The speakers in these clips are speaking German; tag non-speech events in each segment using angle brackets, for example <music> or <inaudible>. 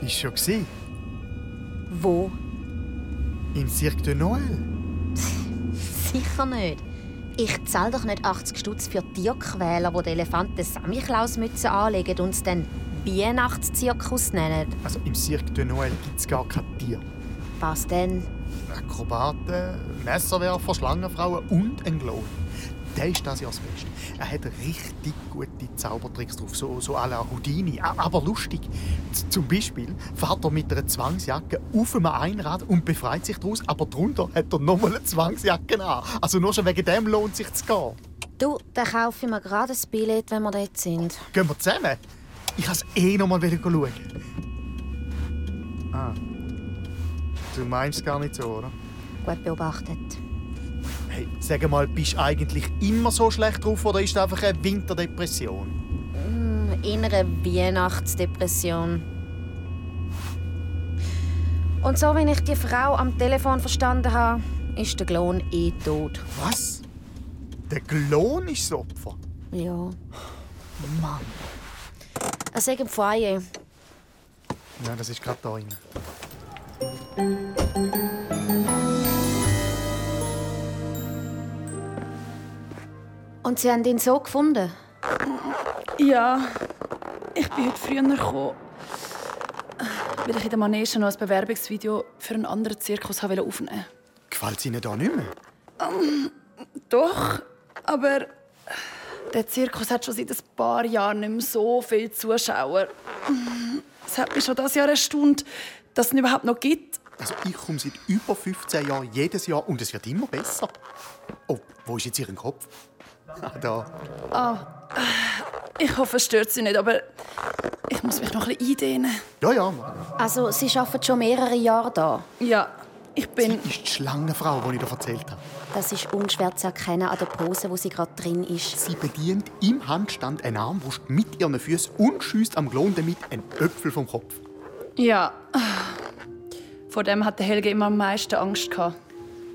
Bist du schon Wo? im Cirque de Noël? Sicher nicht. Ich zahle doch nicht 80 Stutz für Tierquäler, wo die Elefanten Samichlausmützen anlegen und es dann Weihnachtszirkus nennen. Also im Cirque de Noël gibt es gar kein Tier. Was denn? Akrobaten, Messerwerfer, Schlangenfrauen und ein Clown. Der ist das Jahr das Beste. Er hat richtig gute Zaubertricks drauf, so, so à la Houdini, a- aber lustig. Z zum Beispiel fährt er mit einer Zwangsjacke auf einem Einrad und befreit sich daraus, aber drunter hat er nochmal eine Zwangsjacke an. Also nur schon wegen dem lohnt sich zu gehen. Du, dann kaufe ich mir gerade ein Billett, wenn wir dort sind. Gehen wir zusammen? Ich has eh noch mal wieder schauen. Ah. Du meinst gar nicht so, oder? Gut beobachtet. Hey, sag mal, bist du eigentlich immer so schlecht drauf oder ist das einfach eine Winterdepression? Hm, Innere Weihnachtsdepression. Und so, wenn ich die Frau am Telefon verstanden habe, ist der Klon eh tot. Was? Der Klon ist das Opfer? Ja. Mann. Er sagt im Foyer. Nein, das ist gerade da drin. Und sie haben ihn so gefunden? Ja, ich bin heute früher gekommen, weil ich in der Manege noch ein Bewerbungsvideo für einen anderen Zirkus habe aufnehmen wollte. Gefällt es Ihnen da nicht mehr? Doch, aber der Zirkus hat schon seit ein paar Jahren nicht mehr so viele Zuschauer. Es hat mich schon dieses Jahr erstaunt, dass es ihn überhaupt noch gibt. Also ich komme seit über 15 Jahren jedes Jahr und es wird immer besser. Oh, wo ist jetzt Ihr Kopf? Ah, da. Ich hoffe, es stört Sie nicht, aber ich muss mich noch ein bisschen eindehnen. Ja, ja. Also, sie arbeiten schon mehrere Jahre da. Ja, ich bin... Das ist die Schlangenfrau, die ich da erzählt habe. Das ist unschwer zu erkennen an der Pose, wo sie gerade drin ist. Sie bedient im Handstand eine Armbrust mit ihren Füßen und schießt am Klon damit einen Öpfel vom Kopf. Ja. Vor dem hat der Helge immer am meisten Angst gehabt.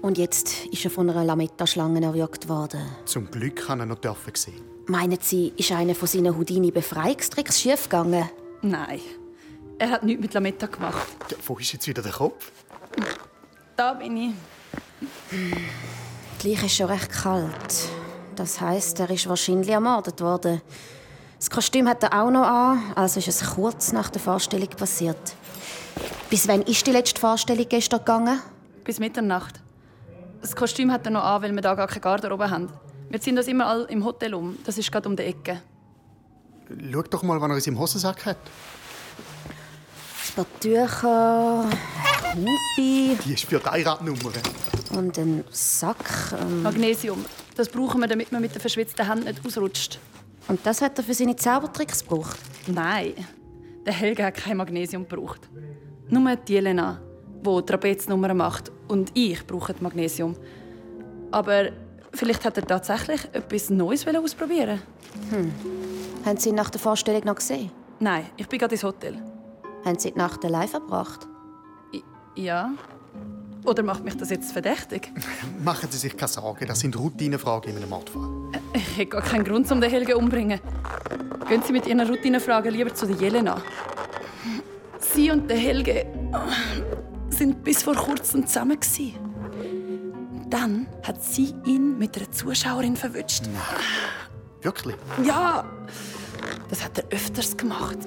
Und jetzt ist er von einer Lametta-Schlange erwürgt worden. Zum Glück kann er noch dürfen sehen. Meinen Sie, ist einer von seinen Houdini-Befreiungstricks schiefgegangen? Nein. Er hat nichts mit Lametta gemacht. Ja, wo ist jetzt wieder der Kopf? Da bin ich. Gleich ist schon recht kalt. Das heißt, er ist wahrscheinlich ermordet worden. Das Kostüm hat er auch noch an, also ist es kurz nach der Vorstellung passiert. Bis wann ist die letzte Vorstellung gestern gegangen? Bis Mitternacht. Das Kostüm hat er noch an, weil wir da gar keine Garderobe haben. Wir ziehen das immer all im Hotel um. Das ist gerade um die Ecke. Schau doch mal, wann er es im Hosensack hat. Ein paar Tücher, ein Hupi Die ist für die Heiratnummer. und ein Sack. ähm, Magnesium. Das brauchen wir, damit man mit den verschwitzten Händen nicht ausrutscht. Und das hat er für seine Zaubertricks gebraucht. Nein. Der Helge hat kein Magnesium gebraucht. Nur die Elena, die Trapeznummer macht, und ich brauchen Magnesium. Aber vielleicht hat er tatsächlich etwas Neues wollen ausprobieren. Haben Sie ihn nach der Vorstellung noch gesehen? Nein, ich bin gerade ins Hotel. Haben Sie die Nacht allein verbracht? I ja. Oder macht mich das jetzt verdächtig? Machen Sie sich keine Sorgen, das sind Routinefragen in einem Mordfall. Ich hätte gar keinen Grund, um den Helge umbringen. Gehen Sie mit Ihren Routinefragen lieber zu der Jelena. Sie und der Helge äh, sind bis vor kurzem zusammen. gewesen. Dann hat sie ihn mit einer Zuschauerin verwünscht. Wirklich? Ja, das hat er öfters gemacht.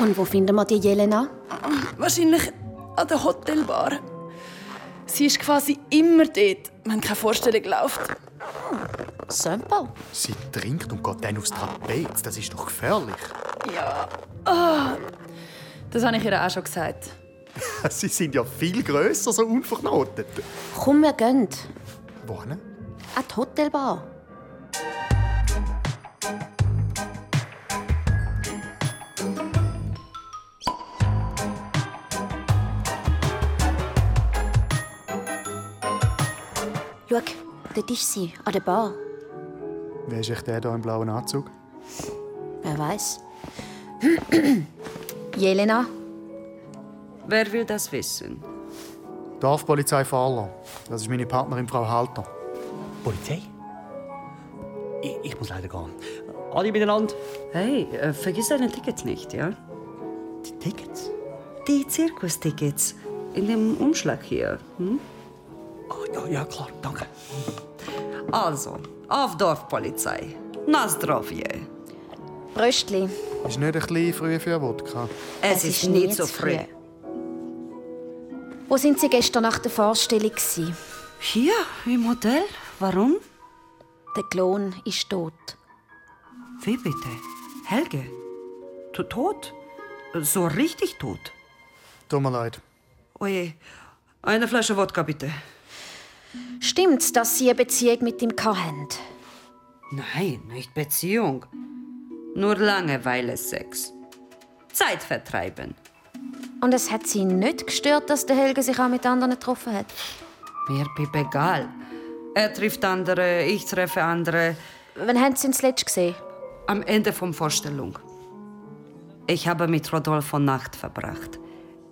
Und wo finden wir die Jelena? Wahrscheinlich an der Hotelbar. Sie ist quasi immer dort, wenn keine Vorstellung läuft. Simple. Sie trinkt und geht dann aufs Trapez. Das ist doch gefährlich. <laughs> Ja. Ah. Das habe ich ihr auch schon gesagt. Sie sind ja viel grösser, so unverknotet. Komm, wir gehen. Wohin? An die Hotelbar. Schau, dort ist sie, an der Bar. Wer ist echt der hier im blauen Anzug? Wer weiß? <clears throat> Jelena, Wer will das wissen? Dorfpolizei Fahler. Das ist meine Partnerin, Frau Halter. Polizei? Ich, ich muss leider gehen. Alle miteinander. Hey, äh, vergiss deine Tickets nicht, ja? Die Tickets? Die Zirkustickets in dem Umschlag hier. Hm? Ah, ja, ja, klar, danke. Also, auf Dorfpolizei. Nasdrovje. Bröstli, Ist nicht ein bisschen früh für Wodka. Es, ist, nicht so früh. Wo sind Sie gestern nach der Vorstellung? Gewesen? Hier im Hotel? Warum? Der Klon ist tot. Wie bitte? Helge? To- Tot? So richtig tot? Tut mir leid. Oje, eine Flasche Wodka bitte. Stimmt's, dass Sie eine Beziehung mit ihm hatten? Nein, nicht Beziehung. Nur Langeweile Sex. Zeit vertreiben. Und es hat Sie nicht gestört, dass der Helge sich auch mit anderen getroffen hat? Mir pip egal. Er trifft andere, ich treffe andere. Wann haben Sie ihn zuletzt gesehen? Am Ende von Vorstellung. Ich habe mit Rodolfo Nacht verbracht.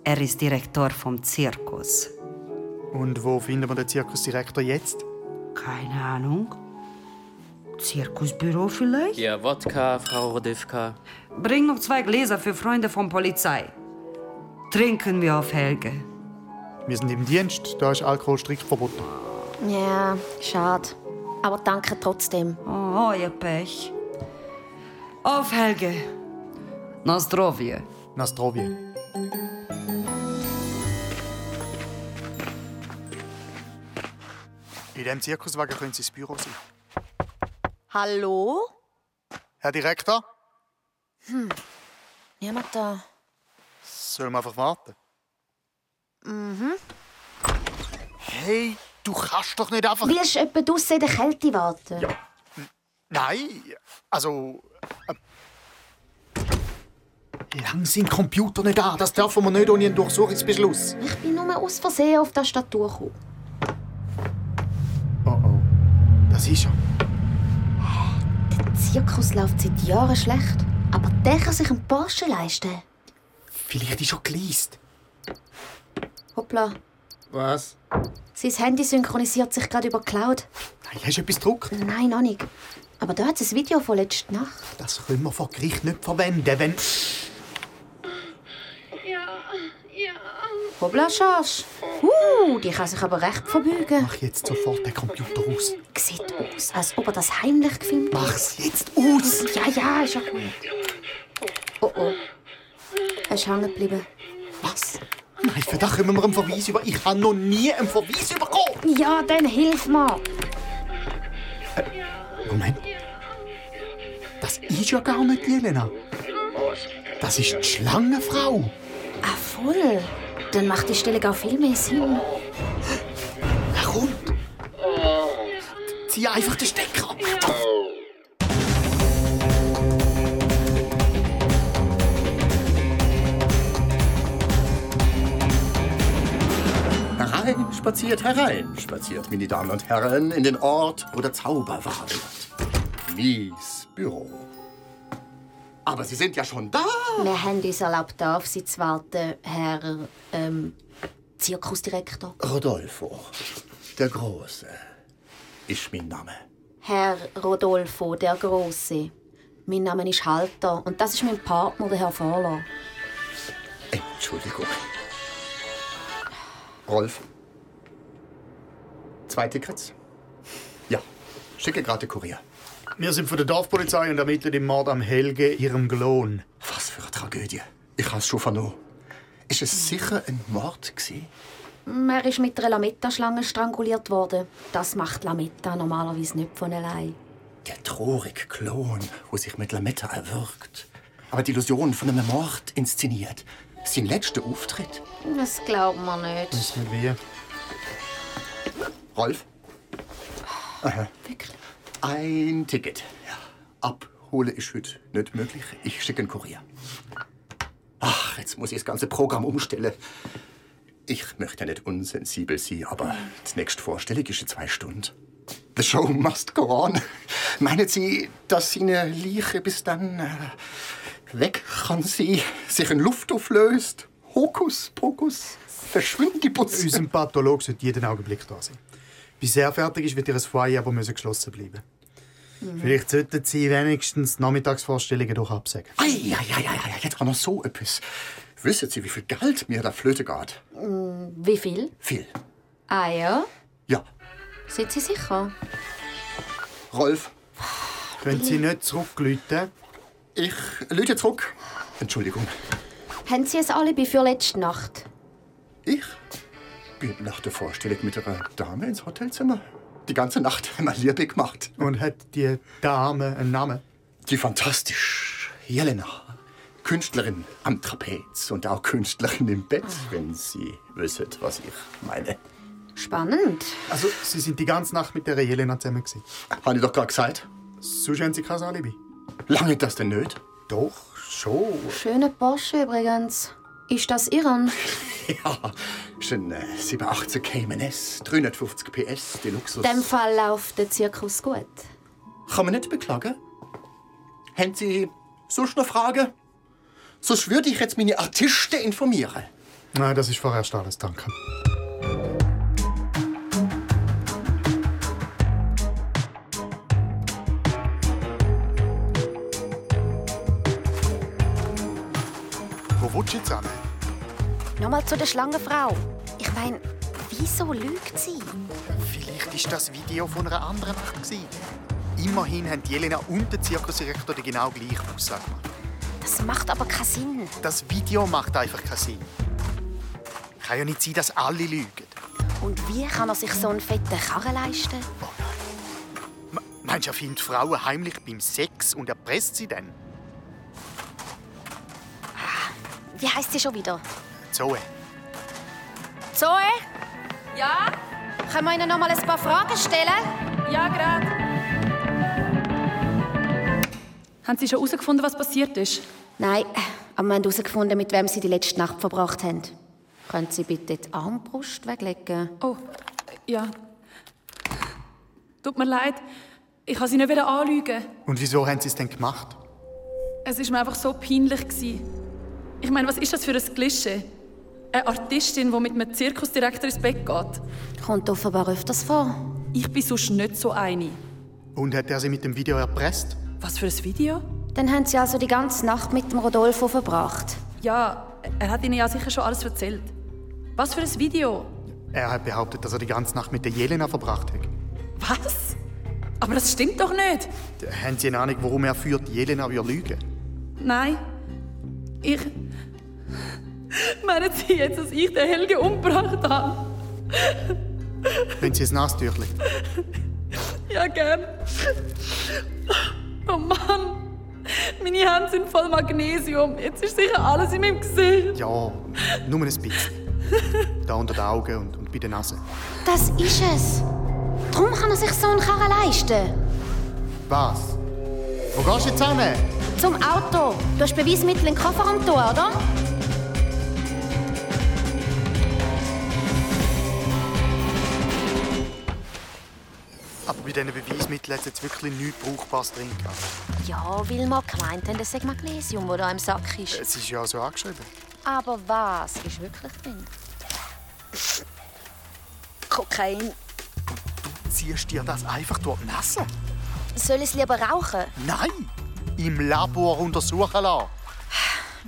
Er ist Direktor vom Zirkus. Und wo finden wir den Zirkusdirektor jetzt? Keine Ahnung. Zirkusbüro vielleicht? Ihr Wodka, Frau Rodivka. Bring noch zwei Gläser für Freunde von Polizei. Trinken wir auf Helge. Wir sind im Dienst, da ist Alkohol strikt verboten. Ja, schade. Aber danke trotzdem. Oh, ihr Pech. Auf Helge. Na zdrowie. Nastrovje. In diesem Zirkuswagen können Sie ins Büro sein. Hallo? Herr Direktor, Niemand da. sollen wir einfach warten? Mhm. Hey, du kannst doch nicht einfach. Willst du jemanden draussen in der Kälte warten? Ja. Nein, also. Äh, lang sind Computer nicht an, das dürfen wir nicht ohne einen Durchsuchungsbeschluss. Ich bin nur aus Versehen auf die Tastatur gekommen. Oh oh, das ist er. Der Zirkus läuft seit Jahren schlecht. Aber der kann sich einen Porsche leisten. Vielleicht ist er geleast. Hoppla. Was? Sein Handy synchronisiert sich gerade über die Cloud. Nein, hast du etwas gedruckt? Nein, noch nicht. Aber da hat es ein Video von letzter Nacht. Das können wir vor Gericht nicht verwenden, wenn... Hoppla, Schorsch. Uh, die kann sich aber recht verbeugen. Mach jetzt sofort den Computer aus. Sieht aus, als ob er das heimlich gefilmt hat. Mach's jetzt aus! Ja, ja, ist ja gut. Oh oh. Er ist hängen geblieben. Was? Nein, für das können wir einen Verweis über... Ich habe noch nie einen Verweis bekommen! Ja, dann hilf mir. Moment. Das ist ja gar nicht Jelena. Das ist die Schlangenfrau. Ah, voll. Dann macht die Stellung auch viel mehr Sinn. Na komm! Zieh einfach den Stecker! Herein, spaziert herein, spaziert, meine Damen und Herren, in den Ort, wo der Zauber wandert. Mies Büro. Aber Sie sind ja schon da. Wir haben uns erlaubt, auf Sie zu warten, Herr ähm, Zirkusdirektor. Rodolfo, der Große, ist mein Name. Herr Rodolfo, der Große. Mein Name ist Halter und das ist mein Partner, der Herr Fahler. Entschuldigung. Rolf. Zwei Tickets? Ja, schicke gerade den Kurier. Wir sind von der Dorfpolizei und ermitteln im Mord am Helge, ihrem Glon. Was für eine Tragödie. Ich has schon vernommen. Ist es sicher ein Mord gewesen? Er ist mit einer Lametta-Schlange stranguliert worden. Das macht Lametta normalerweise nicht von allein. Der traurig Klon, wo sich mit Lametta erwürgt. Aber die Illusion von einem Mord inszeniert. Sein letzter Auftritt. Das glauben wir nicht. Wissen wir. Rolf? Wirklich? Ein Ticket. Abhole ist heute nicht möglich. Ich schicke einen Kurier. Ach, jetzt muss ich das ganze Programm umstellen. Ich möchte nicht unsensibel sein, aber das nächste Vorstellung ist in zwei Stunden. The show must go on. Meinen Sie, dass Sie eine Leiche bis dann äh, weg kann sie sich in Luft auflöst? Hokus pokus. Verschwinden die Putz. Unser Pathologe sollte jeden Augenblick da sein. Bis er fertig ist, wird ihr Foyer aber müssen geschlossen bleiben. Vielleicht sollten Sie wenigstens die Nachmittagsvorstellungen doch absagen. Eieieiei, jetzt auch noch so etwas. Wissen Sie, wie viel Geld mir der Flöte geht? Wie viel? Viel. Ah ja. Ja. Sind Sie sicher? Rolf, Können Sie nicht zurücklüten? ich lüte zurück. Entschuldigung. Haben Sie ein Alibi für letzte Nacht? Ich bin nach der Vorstellung mit einer Dame ins Hotelzimmer. Die ganze Nacht <laughs> einmal Liebe gemacht. Und hat die Dame einen Namen? Die fantastisch Jelena. Künstlerin am Trapez und auch Künstlerin im Bett, wenn Sie wissen, was ich meine. Spannend. Also, Sie sind die ganze Nacht mit der Jelena zusammen. Gewesen. Habe ich doch gerade gesagt. Sonst haben Sie kein Alibi. Lange das denn nicht? Doch, schon. Schöner Porsche übrigens. Ist das Ihren? Ja, schon äh, 87 KMS, 350 PS, die Luxus. In dem Fall läuft der Zirkus gut. Kann man nicht beklagen? Haben Sie sonst noch Fragen? Sonst würde ich jetzt meine Artisten informieren. Nein, das ist vorerst alles. Danke. Wo willst du jetzt hin? Nochmal zu der Schlangenfrau. Ich meine, wieso lügt sie? Vielleicht ist das Video von einer anderen Nacht. Gewesen. Immerhin haben die Jelena und der Zirkusdirektor die genau gleiche Aussage gemacht. Das macht aber keinen Sinn. Das Video macht einfach keinen Sinn. Kann ja nicht sein, dass alle lügen. Und wie kann er sich so einen fetten Karren leisten? Me- Meinst du, er findet Frauen heimlich beim Sex und erpresst sie dann? Wie heißt sie schon wieder? Zoe, Zoe? Ja? Können wir Ihnen noch mal ein paar Fragen stellen? Ja, gerade. Haben Sie schon herausgefunden, was passiert ist? Nein, aber wir haben herausgefunden, mit wem Sie die letzte Nacht verbracht haben. Können Sie bitte die Armbrust weglegen? Oh, ja. Tut mir leid. Ich kann Sie nicht wieder anlügen. und wieso haben sie es denn gemacht? Es war mir einfach so peinlich. Gewesen. Ich meine, was ist das für ein Klischee? Eine Artistin, die mit einem Zirkusdirektor ins Bett geht. Kommt offenbar öfters vor. Ich bin sonst nicht so eine. Und hat er sie mit dem Video erpresst? Was für ein Video? Dann haben Sie also die ganze Nacht mit dem Rodolfo verbracht. Ja, er hat Ihnen ja sicher schon alles erzählt. Was für ein Video? Er hat behauptet, dass er die ganze Nacht mit der Jelena verbracht hat. Was? Aber das stimmt doch nicht. D- Haben Sie eine Ahnung, warum er führt, Jelena würde lügen? Nein. Ich. Meinen Sie jetzt, dass ich den Helge umgebracht habe? Wenn sie es nachtürlich. Ja, gern. Oh Mann. Meine Hände sind voll Magnesium. Jetzt ist sicher alles in meinem Gesicht. Ja, nur ein bisschen. Da unter den Augen und, und bei der Nase. Das ist es. Darum kann er sich so einen Karren leisten. Was? Wo gehst du jetzt hin? Zum Auto. Du hast Beweismittel in den Kofferraum tun, oder? Aber bei diesen Beweismitteln hat es jetzt wirklich nichts Brauchbares drin gehabt. Ja, weil wir gemeint haben, das sei Magnesium, das da im Sack ist. Es ist ja so angeschrieben. Aber was ist wirklich drin? Kokain. Ziehst dir das einfach durch die Nase? Soll ich es lieber rauchen? Nein! Im Labor untersuchen lassen.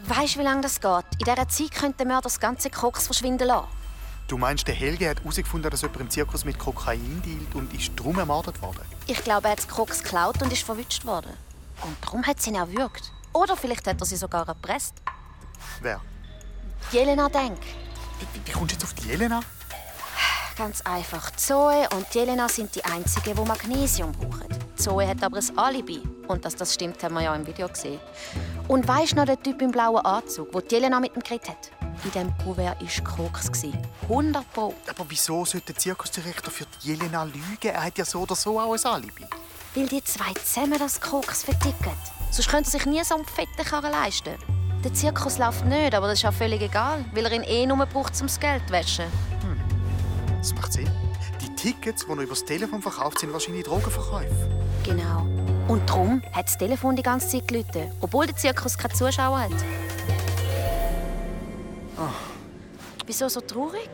Weißt du, wie lange das geht? In dieser Zeit könnte der Mörder das ganze Koks verschwinden lassen. Du meinst, der Helge hat herausgefunden, dass jemand im Zirkus mit Kokain dealt und ist drum ermordet worden? Ich glaube, er hat das Koks geklaut und ist verwünscht worden. Und darum hat sie ihn erwürgt. Oder vielleicht hat er sie sogar erpresst. Wer? Jelena denkt. Wie, wie- wie kommst du jetzt auf die Jelena? Ganz einfach. Zoe und Jelena sind die einzigen, die Magnesium brauchen. Zoe hat aber ein Alibi. Und dass das stimmt, haben wir ja im Video gesehen. Und weißt du noch den Typ im blauen Anzug, den Jelena mit dem Gerät hat? In diesem Kuvert war Koks. 100 Pro. Aber wieso sollte der Zirkusdirektor für die Jelena lügen? Er hat ja so oder so auch ein Alibi. Weil die zwei zusammen das Koks verticken. Sonst könnte sich nie so einen fetten Karren leisten. Der Zirkus läuft nicht, aber das ist auch völlig egal, weil er ihn eh nur braucht, um das Geld zu waschen. Das macht Sinn. Die Tickets, die noch übers Telefon verkauft sind, wahrscheinlich Drogenverkäufe. Genau. Und darum hat das Telefon die ganze Zeit geläutet, obwohl der Zirkus keine Zuschauer hat. Ah. Wieso so traurig?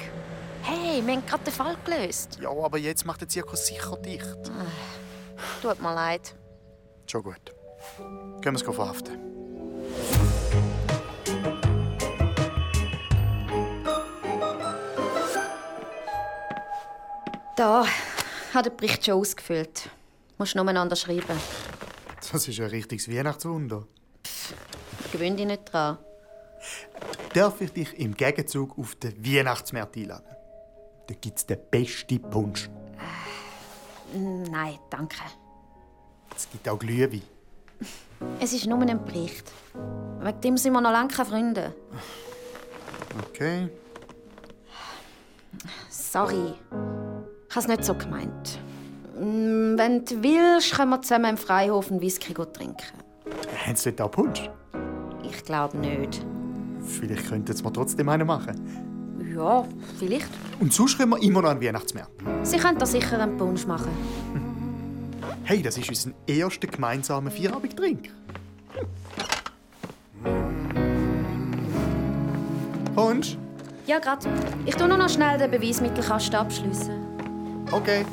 Hey, wir haben gerade den Fall gelöst. Ja, aber jetzt macht der Zirkus sicher dicht. Tut mir leid. Schon gut. Gehen wir es verhaften. Da, hat der Bericht schon ausgefüllt. Musst nur einander schreiben. Das ist ein richtiges Weihnachtswunder. Gewöhn dich nicht dran. Darf ich dich im Gegenzug auf den Weihnachtsmarkt einladen? Da gibt's den besten Punsch. Nein, danke. Es gibt auch Glühwein. Es ist nur ein Bericht. Wegen dem sind wir noch lange keine Freunde. Okay. Sorry. Ich habe es nicht so gemeint. Mm, Wenn du willst, können wir zusammen im Freihof einen Whisky gut trinken. Haben Sie dort auch Punsch? Ich glaube nicht. Vielleicht könnten Sie mir trotzdem einen machen. Ja, vielleicht. Und sonst können wir immer noch an den Weihnachtsmarkt. Sie können da sicher einen Punsch machen. Hey, das ist unser erster gemeinsamer Vierabendtrink. Punsch? Ja, grad. Ich tu nur noch schnell den Beweismittelkasten abschliessen. Okay.